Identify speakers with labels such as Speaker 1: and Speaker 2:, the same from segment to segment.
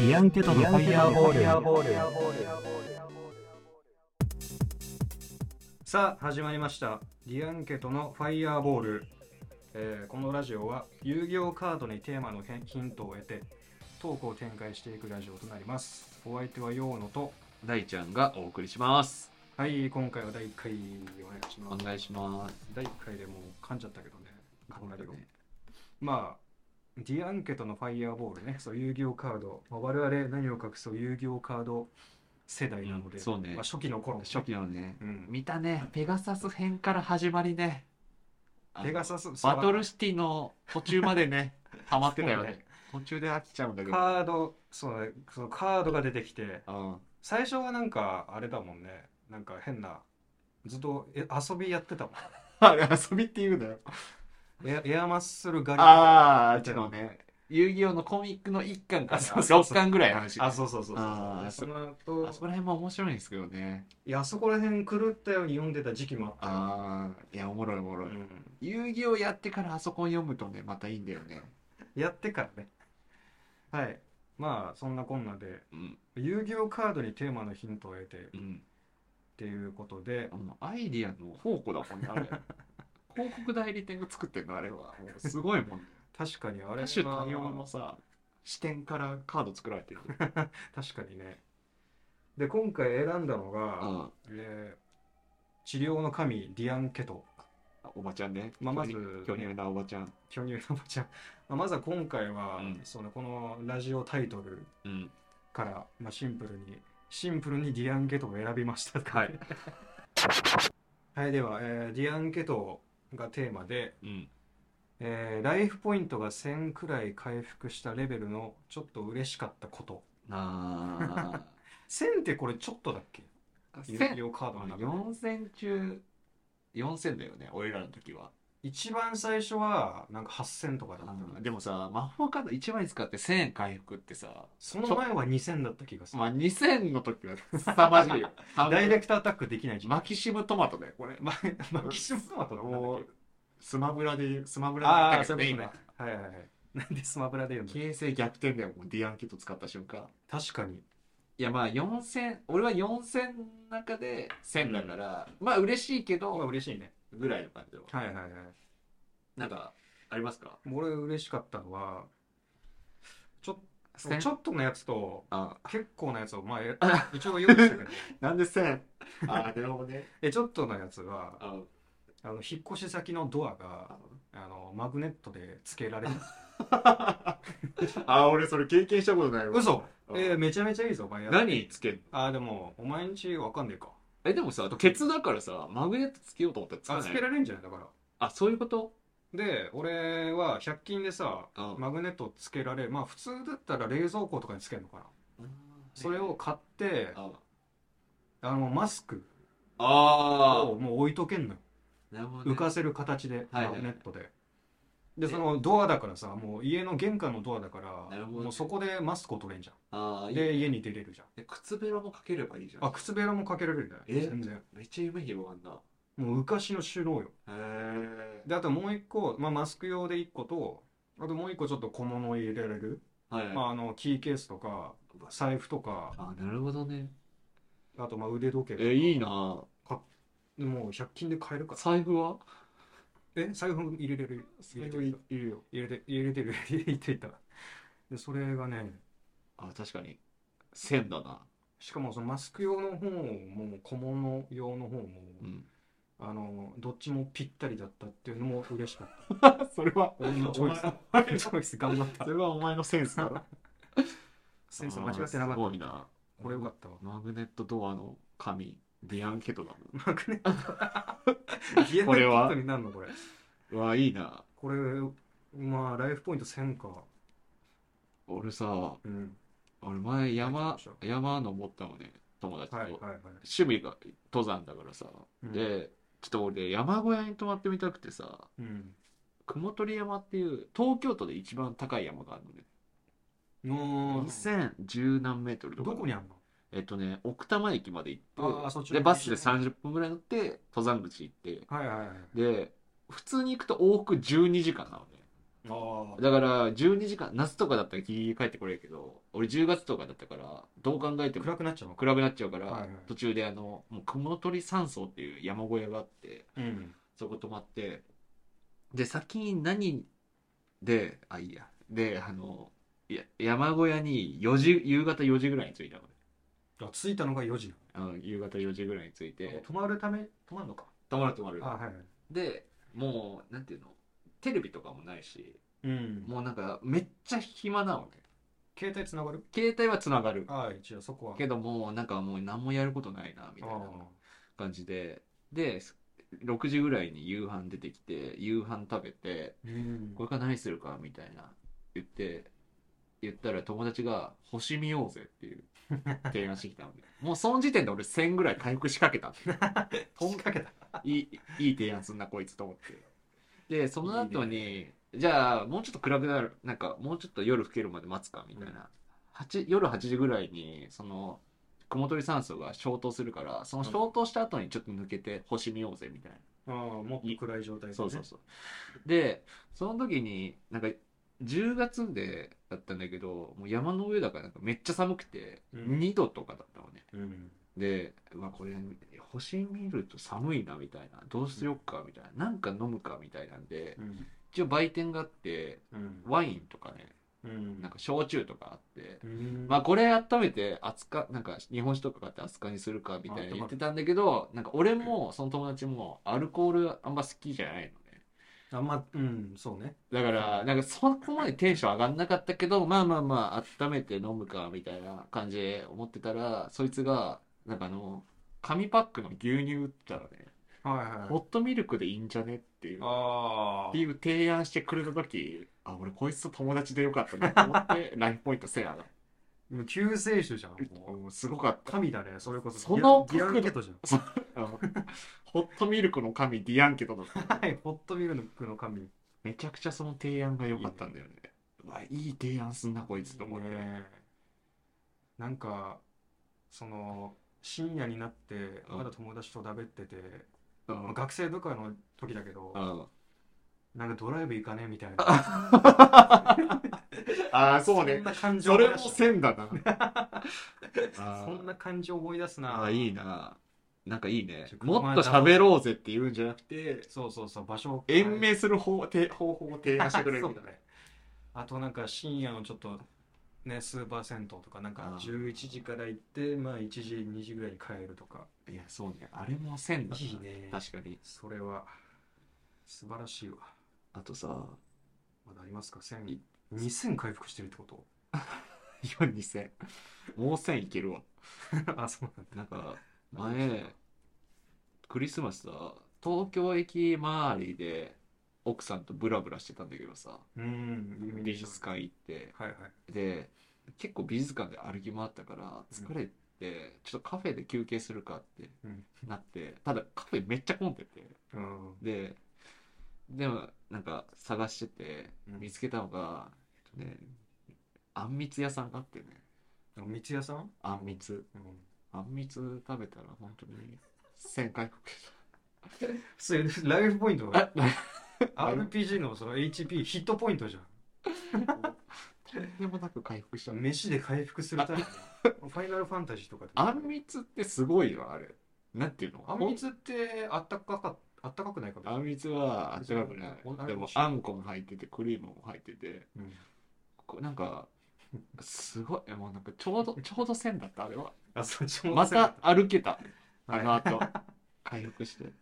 Speaker 1: ビアンケットのファイヤーボール。
Speaker 2: さあ始まりましたディアンケトのファイヤーボール、えーこのラジオは遊戯王カードにテーマのヒンヒントを得てトークを展開していくラジオとなりますお相手はヨーノと
Speaker 3: 大ちゃんがお送りします。
Speaker 2: はい今回は第1回お願いし
Speaker 3: お
Speaker 2: ます
Speaker 3: 願いします。
Speaker 2: 第1回でもう噛んじゃったけどね考えるまあディアンケトのファイヤーボールねそう遊戯王カード、まあ、我々何を隠そう遊戯王カード世代なので、
Speaker 3: うんそうね
Speaker 2: まあ、初期の頃
Speaker 3: 初期のね、
Speaker 2: うん
Speaker 3: 見たね、ペガサス編から始まりね。あの
Speaker 2: ペガサス
Speaker 3: バトルシティの途中までね、溜まってたよ
Speaker 2: そう
Speaker 3: ね。途中で飽きちゃうんだけど。
Speaker 2: カードそう、ね、そのカードが出てきて
Speaker 3: うん、
Speaker 2: 最初はなんかあれだもんねなんか変なずっとえ遊びやってたも
Speaker 3: あれ遊びって言うだよ。
Speaker 2: ん エアエアマッスル狩り
Speaker 3: ああ、あっちのね、遊戯王のコミックの1巻から
Speaker 2: あそうそうそう
Speaker 3: 6巻ぐらいの話。
Speaker 2: あそうそうそうそう
Speaker 3: あー
Speaker 2: でその後
Speaker 3: あそこら辺も面白いんですけどね。
Speaker 2: いやあそこら辺狂ったように読んでた時期もあったよ
Speaker 3: ああ、いや、おもろいおもろい。
Speaker 2: うん
Speaker 3: 遊戯王やってからあそこ読むとね、またいいんだよね。
Speaker 2: やってからねはいまあそんなこんなで
Speaker 3: うん。
Speaker 2: 遊戯王カードにテーマのヒントを得てっ
Speaker 3: うん。
Speaker 2: ていうことで
Speaker 3: あのアイディアの宝庫だもんね、あれ。 広告代理店が作ってるの、あれは。もうすごい もん、ね。
Speaker 2: 確かにあれ
Speaker 3: 多
Speaker 2: は
Speaker 3: 種多様のさ、視点からカード作られてる。
Speaker 2: 確かにねで今回選んだのが、
Speaker 3: うん。
Speaker 2: えー治療の神ディアン・ケト
Speaker 3: おばちゃんね。
Speaker 2: まあまず
Speaker 3: 巨乳巨乳なおばちゃん。
Speaker 2: 巨乳のおばちゃん、まあ、まずは今回は、
Speaker 3: うん
Speaker 2: そのこのラジオタイトル
Speaker 3: うん。
Speaker 2: から、まあ、シンプルにシンプルにディアン・ケトを選びました
Speaker 3: はい、
Speaker 2: はい、では、えーディアン・ケトがテーマで、
Speaker 3: うん。
Speaker 2: えーライフポイントが1000くらい回復したレベルのちょっと嬉しかったこと
Speaker 3: あ
Speaker 2: 1000ってこれちょっとだっけ
Speaker 3: あ。
Speaker 2: 有
Speaker 3: 千
Speaker 2: 料カードの中で
Speaker 3: 4000中、4000だよね、俺らの時は。
Speaker 2: 一番最初はなんか8000とかだったの
Speaker 3: でもさ、魔法カード1枚使って1000円回復ってさ、
Speaker 2: その前は2000だった気がする
Speaker 3: まあ2000の時は凄まじ いよ。
Speaker 2: ダイレクトアタックできない時期
Speaker 3: マキシムトマトだよ、これ。
Speaker 2: ママキシムトマトの
Speaker 3: もうスマブラで言う、スマブラ
Speaker 2: ああ
Speaker 3: で
Speaker 2: ー、そういうことね
Speaker 3: 今。
Speaker 2: はいはいはい。なんでスマブラで言うの
Speaker 3: 形勢逆転だよ、もうディアンキット使った瞬間。
Speaker 2: 確かに。
Speaker 3: いや、まあ4000、俺は4000の中で1000だから、まあ嬉しいけ
Speaker 2: まあ
Speaker 3: ど、
Speaker 2: 嬉しいね。
Speaker 3: ぐらいの感じだわ。
Speaker 2: はいはいはい。
Speaker 3: なんか、ありますか
Speaker 2: 俺嬉しかったのは、ちょ
Speaker 3: 1000
Speaker 2: ちょっとのやつと、
Speaker 3: あ
Speaker 2: 結構なやつを、ま あえ
Speaker 3: あ、
Speaker 2: 一応用意したけど、
Speaker 3: なんで1000ああ、なるほどね。
Speaker 2: え、ちょっとのやつは、
Speaker 3: あ
Speaker 2: あの、引っ越し先のドア
Speaker 3: あ
Speaker 2: が、あの、マグネットで付けられる。
Speaker 3: あ、俺それ経験したことない わ。
Speaker 2: 嘘
Speaker 3: あ
Speaker 2: えーめちゃめちゃいいぞ、お前やって
Speaker 3: 何つけんの
Speaker 2: あー、でも、お前んちわかんねえか。
Speaker 3: え、でもさ、ケツだからさ、マグネットつけようと思ったらつか
Speaker 2: あ、
Speaker 3: ない。
Speaker 2: 付けられるんじゃないだから。
Speaker 3: あ、そういうこと
Speaker 2: で、俺は100均でさ、
Speaker 3: うん
Speaker 2: マグネットつけられ、まあ普通だったら冷蔵庫とかにつけるのかな。それを、買って、
Speaker 3: あ
Speaker 2: あの、マスク
Speaker 3: あ
Speaker 2: をもう置いとけんのよ。
Speaker 3: ー、なるほどね
Speaker 2: 浮かせる形で、
Speaker 3: はい
Speaker 2: マ
Speaker 3: はい
Speaker 2: グネットで。で、そのドアだからさ、もう家の玄関のドアだから、
Speaker 3: なるほどね
Speaker 2: もうそこでマスクを取れんじゃ
Speaker 3: ああ、
Speaker 2: ん。
Speaker 3: いい
Speaker 2: で、家に出れるじゃん。
Speaker 3: え靴べらもかければいいじゃん。
Speaker 2: あ、靴べらもかけられるんだよ。
Speaker 3: え
Speaker 2: 全然。
Speaker 3: めっちゃ夢広がんな。
Speaker 2: もう浮かしの収納よ。
Speaker 3: へえ。
Speaker 2: で、あともう一個、まあマスク用で一個と、あともう一個ちょっと小物を入れられる。
Speaker 3: はい。
Speaker 2: まああの、キーケースとか、財布とか、
Speaker 3: あ、なるほどね。
Speaker 2: あとまあ腕時計とか
Speaker 3: え、いいな。
Speaker 2: でも100均で買えるから
Speaker 3: 財布は
Speaker 2: え財布入れれる入れてる
Speaker 3: いるよ。
Speaker 2: 入れて入れてる 入れていたでそれがね
Speaker 3: あ、確かに。線だな。
Speaker 2: しかもそのマスク用の方も小物用の方も、
Speaker 3: うん。
Speaker 2: あのどっちもぴったりだったっていうのも嬉し かった
Speaker 3: それは、
Speaker 2: 俺のチョイス
Speaker 3: そ
Speaker 2: 俺 のチョイス頑張った
Speaker 3: れはお前のセンスだ ろ。
Speaker 2: センス間違ってなか
Speaker 3: あーすご
Speaker 2: っ
Speaker 3: い
Speaker 2: た
Speaker 3: な。
Speaker 2: これよか ったわ
Speaker 3: マグネットドアの紙、ディアンケトだも
Speaker 2: マグネット ディアンケット
Speaker 3: これは
Speaker 2: になるのこれ
Speaker 3: ん。うわ、いいな。
Speaker 2: これまあライフポイント1000か
Speaker 3: 俺さ、
Speaker 2: うん
Speaker 3: 俺前
Speaker 2: はい行
Speaker 3: 山
Speaker 2: きましょ、
Speaker 3: 山登ったのね、友達と。
Speaker 2: はいはいはい
Speaker 3: 趣味が登山だからさ。
Speaker 2: うん
Speaker 3: で、ちょっと俺山小屋に泊まってみたくてさ、
Speaker 2: うん
Speaker 3: 雲取山っていう東京都で一番高い山があるのね。
Speaker 2: もう
Speaker 3: 2010何メートルと
Speaker 2: ど
Speaker 3: か。
Speaker 2: こにあんの
Speaker 3: えっとね、奥多摩駅まで行
Speaker 2: あーそっ
Speaker 3: っ
Speaker 2: ち
Speaker 3: て、
Speaker 2: の
Speaker 3: で、バスで30分ぐらい乗って、登山口行って、
Speaker 2: はいはいはい
Speaker 3: で、普通に行くと往復12時間なのね。
Speaker 2: ああ
Speaker 3: だから12時間夏とかだったらギリギリ帰ってこれるけど俺10月とかだったからどう考えても
Speaker 2: 暗くなっちゃうのか
Speaker 3: 暗くなっちゃうから、
Speaker 2: はいはい
Speaker 3: 途中であのもう雲取山荘っていう山小屋があって
Speaker 2: うん
Speaker 3: そこ泊まってで先に何であいいやであのや山小屋に4時夕方4時ぐらいに着いたのね
Speaker 2: あ着いたのが4時
Speaker 3: あの夕方4時ぐらいに着い
Speaker 2: なの
Speaker 3: て
Speaker 2: 泊まるため泊まるのか
Speaker 3: 泊まる泊まる
Speaker 2: あはいはい
Speaker 3: でもうなんていうのテレビとかもないし
Speaker 2: うん
Speaker 3: もうなんかめっちゃ暇なわけ
Speaker 2: 携帯つながる
Speaker 3: 携帯はつながる
Speaker 2: ああ一応そこは
Speaker 3: けどもうなんかもう何もやることないなみたいな
Speaker 2: あ
Speaker 3: 感じでで6時ぐらいに夕飯出てきて夕飯食べて
Speaker 2: あうん
Speaker 3: これから何するかみたいな言って言ったら友達が「星見ようぜ」っていう提案してきたのでもうその時点で俺1000ぐらい回復しかけた
Speaker 2: 飛びかけた
Speaker 3: いいいい提案すんなこいつと思ってでその後にじゃあもうちょっと暗くなるなんかもうちょっと夜更けるまで待つかみたいな、八夜8時ぐらいにその雲取山荘が消灯するからその消灯した後にちょっと抜けて星見ようぜみたいな、
Speaker 2: ああもっと暗い状態でね
Speaker 3: そうそうそうでその時になんか10月でだったんだけどもう山の上だからなんかめっちゃ寒くて
Speaker 2: うん
Speaker 3: 2度とかだったのね、
Speaker 2: うん
Speaker 3: で、まあ、これ星見ると寒いなみたいなどうしよっかみたいななんか飲むかみたいなんで
Speaker 2: うん
Speaker 3: 一応売店があって
Speaker 2: うん
Speaker 3: ワインとかね
Speaker 2: うん
Speaker 3: なんか焼酎とかあって、
Speaker 2: うん
Speaker 3: まあ、これ温めて熱かなんか日本酒とか買って熱かにするかみたいな言ってたんだけどなんか俺もその友達もアルコールあんま好きじゃないのね
Speaker 2: あんまうんそうね
Speaker 3: だからなんかそこまでテンション上がんなかったけどまあまあまあ温めて飲むかみたいな感じで思ってたらそいつがなんかあの紙パックの牛乳売ったらね
Speaker 2: はいはい
Speaker 3: ホットミルクでいいんじゃねっていうっ
Speaker 2: ああ
Speaker 3: ていう提案してくれた時あ俺こいつと友達でよかったなと思ってライフポイントせやな
Speaker 2: もう救世主じゃんもう
Speaker 3: すごかった
Speaker 2: 神だねそれこそ
Speaker 3: その
Speaker 2: ギアギアンケット じゃん
Speaker 3: あのホットミルクの神ディアンケとだった
Speaker 2: はい、ホットミルクの神。よ
Speaker 3: めちゃくちゃその提案が良かったんだよねうわいい提案すんなこいつと思って、
Speaker 2: なんか、その、深夜になって、
Speaker 3: うん
Speaker 2: まだ友達とだべってて、
Speaker 3: うん
Speaker 2: まあ学生とかの時だけど
Speaker 3: う、ん
Speaker 2: なんかドライブ行かねみたい な。
Speaker 3: ああ、そうね
Speaker 2: ん。な感情
Speaker 3: そ
Speaker 2: 思
Speaker 3: れ
Speaker 2: い
Speaker 3: も
Speaker 2: 出した
Speaker 3: 線だ な。あ
Speaker 2: そんな感情思い出すな。
Speaker 3: あー、いいな。なんかいいね
Speaker 2: ちょ。
Speaker 3: もっと喋ろうぜって言うんじゃなくて、
Speaker 2: そうそうそう、場所を変え
Speaker 3: 延命する方て方法を提案してくれる
Speaker 2: そ
Speaker 3: み
Speaker 2: う
Speaker 3: た
Speaker 2: だ
Speaker 3: いな。
Speaker 2: ね。あとなんか深夜のちょっと、ね、スーパー銭湯とか、なんか
Speaker 3: あー
Speaker 2: 11時から行って、まあ1時、2時ぐらいに帰るとか。
Speaker 3: いや、そうね。あれも線だな。
Speaker 2: いいね。
Speaker 3: 確かに。
Speaker 2: それは、素晴らしいわ。
Speaker 3: あとさ、
Speaker 2: まだありますか
Speaker 3: い
Speaker 2: 1000 2000回復してるってこと
Speaker 3: 4、2000。もう1000いけるわ。
Speaker 2: あ、そうなんだ。
Speaker 3: なんか、前、クリスマスさ、東京駅周りで奥さんとブラブラしてたんだけどさ、
Speaker 2: うん、
Speaker 3: 美術館行って、
Speaker 2: はいはい。
Speaker 3: で結構美術館で歩き回ったから疲れて、ちょっとカフェで休憩するかって
Speaker 2: うん
Speaker 3: なって、ただカフェめっちゃ混んでて
Speaker 2: うん。
Speaker 3: ででもなんか探してて
Speaker 2: うん
Speaker 3: 見つけたのが、えっとねあんみつ屋さんがあってね
Speaker 2: お三つ屋さん
Speaker 3: あんみつ
Speaker 2: うん。
Speaker 3: あんみつ食べたら本当に1000回復
Speaker 2: それ、ライフポイント
Speaker 3: あ
Speaker 2: RPG のその HP ヒットポイントじ
Speaker 3: とんでもなく回復し
Speaker 2: ゃ
Speaker 3: た
Speaker 2: ん。飯で回復するために。ファイナルファンタジーとかで。
Speaker 3: あんみつってすごいよあれなんていうの
Speaker 2: あんみつってあったかか、あったかくないか
Speaker 3: あんみつはあったかくな
Speaker 2: おあれ
Speaker 3: い。でもあんこも入っててクリームも入ってて、
Speaker 2: うん
Speaker 3: こなんかすごいもうなんかちょうどちょうど線だったあれは。
Speaker 2: あ、そう、ちょうど
Speaker 3: また歩けた
Speaker 2: は
Speaker 3: あ
Speaker 2: い
Speaker 3: の後回復して。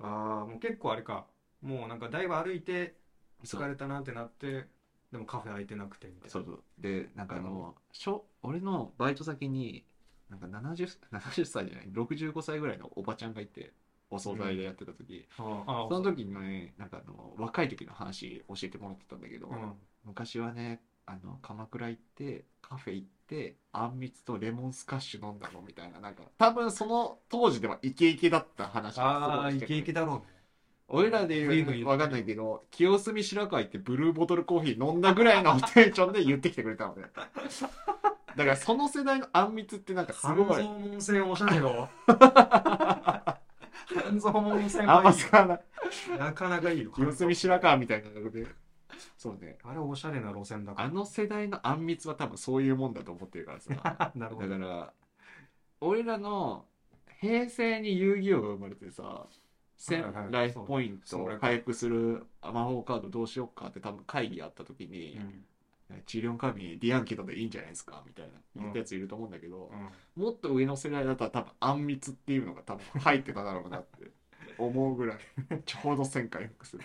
Speaker 2: ああ、もう結構あれか。もうなんかだいぶ歩いて、
Speaker 3: そう
Speaker 2: 疲れたなってなって、でもカフェ空いてなくてみたいな。
Speaker 3: そうそうでなんかあのしょ俺のバイト先になんか 70, 70歳じゃない65歳ぐらいのおばちゃんがいてお惣菜でやってた時、
Speaker 2: ああ、
Speaker 3: その時にねなんかあの若い時の話教えてもらってたんだけど、
Speaker 2: うん。
Speaker 3: 昔はねあの鎌倉行ってカフェ行ってあんみつとレモンスカッシュ飲んだのみたいななんか多分その当時ではイケイケだった話
Speaker 2: ああ、
Speaker 3: す
Speaker 2: イ
Speaker 3: ごしてく
Speaker 2: ケ
Speaker 3: れ
Speaker 2: イケだろうね。
Speaker 3: 俺らで
Speaker 2: グイ
Speaker 3: 言
Speaker 2: グイ言って
Speaker 3: うのわかんないけど清澄白河行ってブルーボトルコーヒー飲んだぐらいのテンションで言ってきてくれたのねだからその世代のあんみつってなんかす
Speaker 2: 半
Speaker 3: ご
Speaker 2: 蔵
Speaker 3: い
Speaker 2: 門線面白い よ。半蔵門線
Speaker 3: あんま
Speaker 2: は
Speaker 3: 使わない
Speaker 2: いいなかなかいいよ。
Speaker 3: 清澄白河みたいなのでそうね。
Speaker 2: あれおしゃれな路線だ
Speaker 3: あ
Speaker 2: か。
Speaker 3: の世代のあんみつは多分そういうもんだと思ってるからさ。だから
Speaker 2: なるほど。
Speaker 3: ら、俺らの平成に遊戯王が生まれてさ、
Speaker 2: はいはい
Speaker 3: 1000ライフポイント
Speaker 2: そう
Speaker 3: を
Speaker 2: そう
Speaker 3: 回復する魔法カードどうしようかって多分会議あった時
Speaker 2: う
Speaker 3: に、
Speaker 2: ん
Speaker 3: 治療カビディアンケドでいいんじゃないですかみたいな言ったやついると思うんだけど、
Speaker 2: うん
Speaker 3: もっと上の世代だったら多分あんみつっていうのが多分入ってただろうな って思うぐらいちょうど1000回復する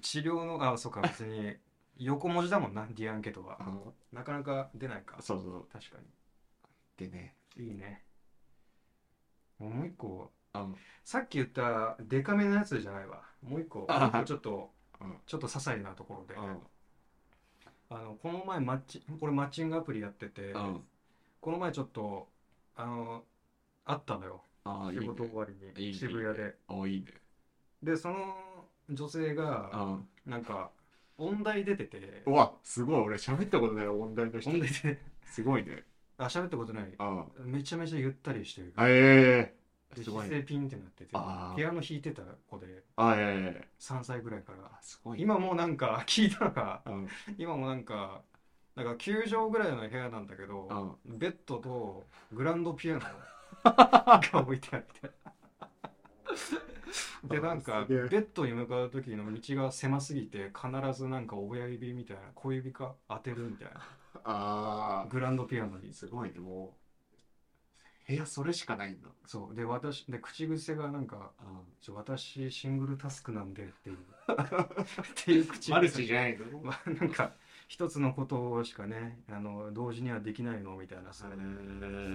Speaker 2: 治療のあそうか別に横文字だもんなディアンケートは
Speaker 3: あの
Speaker 2: なかなか出ないか
Speaker 3: そうそう
Speaker 2: 確か
Speaker 3: でね
Speaker 2: にいいねもう一個
Speaker 3: あの
Speaker 2: さっき言ったデカめのやつじゃないわもう一個もう
Speaker 3: あ
Speaker 2: 一個
Speaker 3: はい
Speaker 2: ちょっと
Speaker 3: うん
Speaker 2: ちょっと些細なところで
Speaker 3: うん
Speaker 2: あのこの前マッチ俺マッチングアプリやってて
Speaker 3: うん
Speaker 2: この前ちょっとあの会ったのよ
Speaker 3: ああいい
Speaker 2: 仕
Speaker 3: ね
Speaker 2: 事終わり
Speaker 3: いい
Speaker 2: に
Speaker 3: ね
Speaker 2: 渋谷で
Speaker 3: ああいいね
Speaker 2: でその女性が
Speaker 3: あ
Speaker 2: なんか音大出てて
Speaker 3: うわすごい俺喋ったことない音大の人
Speaker 2: 音大です
Speaker 3: ごいね
Speaker 2: あ喋ったことない
Speaker 3: あ
Speaker 2: めちゃめちゃゆったりしてる。
Speaker 3: あええ
Speaker 2: で、
Speaker 3: すご
Speaker 2: 姿
Speaker 3: い
Speaker 2: 勢
Speaker 3: ね
Speaker 2: ピンってなってて、ピ
Speaker 3: あー
Speaker 2: アノ弾いてた子で、
Speaker 3: あいやいやいや
Speaker 2: 3歳ぐらいから。
Speaker 3: あすごいね
Speaker 2: 今もうなんか、聞いたのが、
Speaker 3: うん
Speaker 2: 今もなんか、なんか9畳ぐらいの部屋なんだけど、
Speaker 3: うん
Speaker 2: ベッドとグランドピアノが置いてあるみたいな。で、なんか、
Speaker 3: す
Speaker 2: ベ
Speaker 3: げえ
Speaker 2: ッドに向かう時の道が狭すぎて、必ずなんか親指みたいな、小指か当てるみたいな。
Speaker 3: あ
Speaker 2: グランドピアノに
Speaker 3: あ。すごいねもう部屋それしかないんだ
Speaker 2: そう。で、私、で、口癖がなんか、
Speaker 3: あ
Speaker 2: ちょ私シングルタスクなんでって いうっていう口
Speaker 3: マルチじゃないの
Speaker 2: まあなんか一つのことしかねあの同時にはできないのみたいなさ、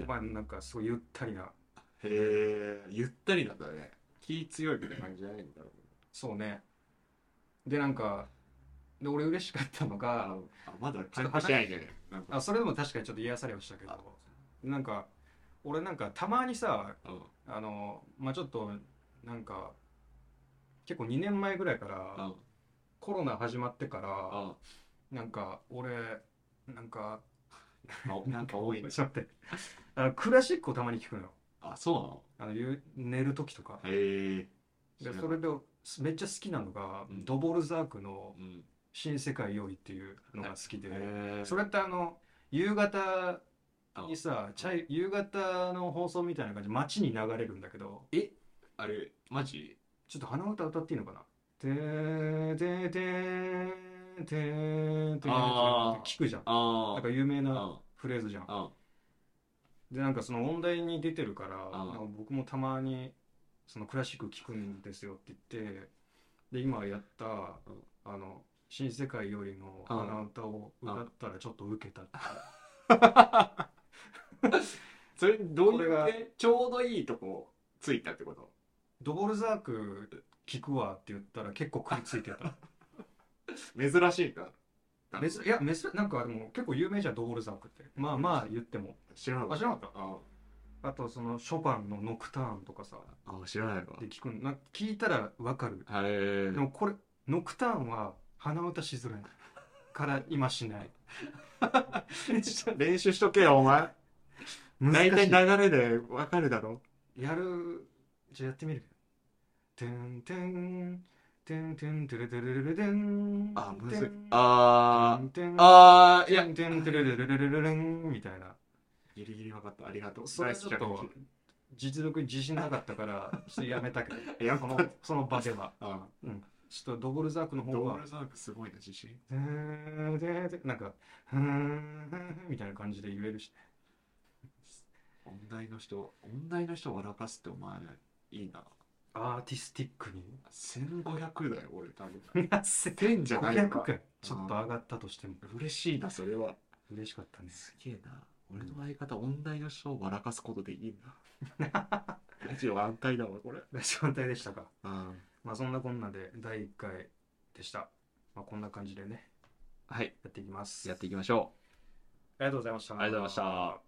Speaker 2: まあなんかすごいゆったりな
Speaker 3: へえ、ゆったりなんだね。気強いみたいな感じじゃないんだろうね。
Speaker 2: そうねでなんかで俺嬉しかったのが
Speaker 3: あ、あまだ回復してないね。なんか、
Speaker 2: あそれでも確かにちょっと癒されましたけどなんか俺なんかたまにさ
Speaker 3: うん、
Speaker 2: あのまあちょっとなんか結構2年前ぐらいから
Speaker 3: あ、
Speaker 2: コロナ始まってから
Speaker 3: あ、
Speaker 2: なんか俺なんか
Speaker 3: あなんか多いね。
Speaker 2: ちょっと待ってあのクラシックをたまに聞くのよ
Speaker 3: あ、そう
Speaker 2: あのゆ寝る時とか
Speaker 3: なのへえ。
Speaker 2: で
Speaker 3: 知ら
Speaker 2: そ
Speaker 3: な
Speaker 2: れでめっちゃ好きなのが、
Speaker 3: うん
Speaker 2: ドボルザークの
Speaker 3: うん。
Speaker 2: 「新世界より」っていうのが好きで、
Speaker 3: へえ。
Speaker 2: それってあの夕方
Speaker 3: あ
Speaker 2: にさチャイ夕方の放送みたいな感じで街に流れるんだけど
Speaker 3: え、あれ、マジ
Speaker 2: ちょっと鼻歌歌っていいのかなてーてーてーてーてー
Speaker 3: あー
Speaker 2: 聞くじゃん
Speaker 3: あ
Speaker 2: な
Speaker 3: あ
Speaker 2: んか、有名な
Speaker 3: あ
Speaker 2: フレーズじゃん
Speaker 3: あ、
Speaker 2: でなんかその音大に出てるから
Speaker 3: ああ
Speaker 2: なんか僕もたまにそのクラシック聴くんですよって言ってで今やった
Speaker 3: ん
Speaker 2: 「あの新世界より」の
Speaker 3: ああ
Speaker 2: 鼻歌を歌ったらちょっとウケたって
Speaker 3: それ、どう
Speaker 2: こ
Speaker 3: い
Speaker 2: れが
Speaker 3: う系、ちょうどいいとこ、ついたってこと
Speaker 2: ドボルザーク聴くわって言ったら結構食いついてた
Speaker 3: 珍しいか。
Speaker 2: 別いや別なんかでも結構有名じゃんドボルザークってまあまあ言っても
Speaker 3: 知らなか
Speaker 2: あ
Speaker 3: っ。
Speaker 2: 知らなかった
Speaker 3: あ
Speaker 2: たあとそのショパンの「ノクターン」とかさ
Speaker 3: あ、知らないわ。
Speaker 2: で聞くのなんか聞いたらわかる
Speaker 3: へえ
Speaker 2: で。もこれノクターンは鼻歌しづらいから今しない
Speaker 3: 練習しとけよ、お前。
Speaker 2: 難
Speaker 3: 大
Speaker 2: し
Speaker 3: 体
Speaker 2: い
Speaker 3: 流れでわかるだろ。
Speaker 2: やるじゃあやってみるてんてんてんてんてれてれれれてん
Speaker 3: あ、むずい。
Speaker 2: あ
Speaker 3: あ
Speaker 2: てん
Speaker 3: ー、あー、い
Speaker 2: て
Speaker 3: や
Speaker 2: ん、てんてれれれれれれれんみたいな
Speaker 3: ギリギリ分かった。ありがとう。
Speaker 2: それはちょっ
Speaker 3: ナイス
Speaker 2: と実力に自信なかったからちょっとやめたけど
Speaker 3: チャレンジ。や
Speaker 2: そ
Speaker 3: こ
Speaker 2: の
Speaker 3: の、
Speaker 2: その場では
Speaker 3: あ
Speaker 2: ちょっとドボルザークの
Speaker 3: ド
Speaker 2: 方
Speaker 3: ー
Speaker 2: は
Speaker 3: ルザークすごいな、自信。
Speaker 2: てんてんてんなんかふーんみたいな感じで言えるし
Speaker 3: 音大の人、音大の人笑かすってお前、いいな。
Speaker 2: アーティスティックに
Speaker 3: 1500だよ、俺、多分。
Speaker 2: 500
Speaker 3: 1000じゃないのか。
Speaker 2: 回ちょっと上がったとしても
Speaker 3: 嬉しいな、それは。
Speaker 2: 嬉しかったね
Speaker 3: すげえな。俺の相方、音大の人を笑かすことでいいな。 ラジオ安泰だわ、これ。
Speaker 2: ラジオ体でしたか
Speaker 3: うん
Speaker 2: まあそんなこんなで第1回でした。まあこんな感じでね、
Speaker 3: はい、
Speaker 2: やっていきます。
Speaker 3: やっていきましょう。
Speaker 2: ありがとうございました。
Speaker 3: ありがとうございました。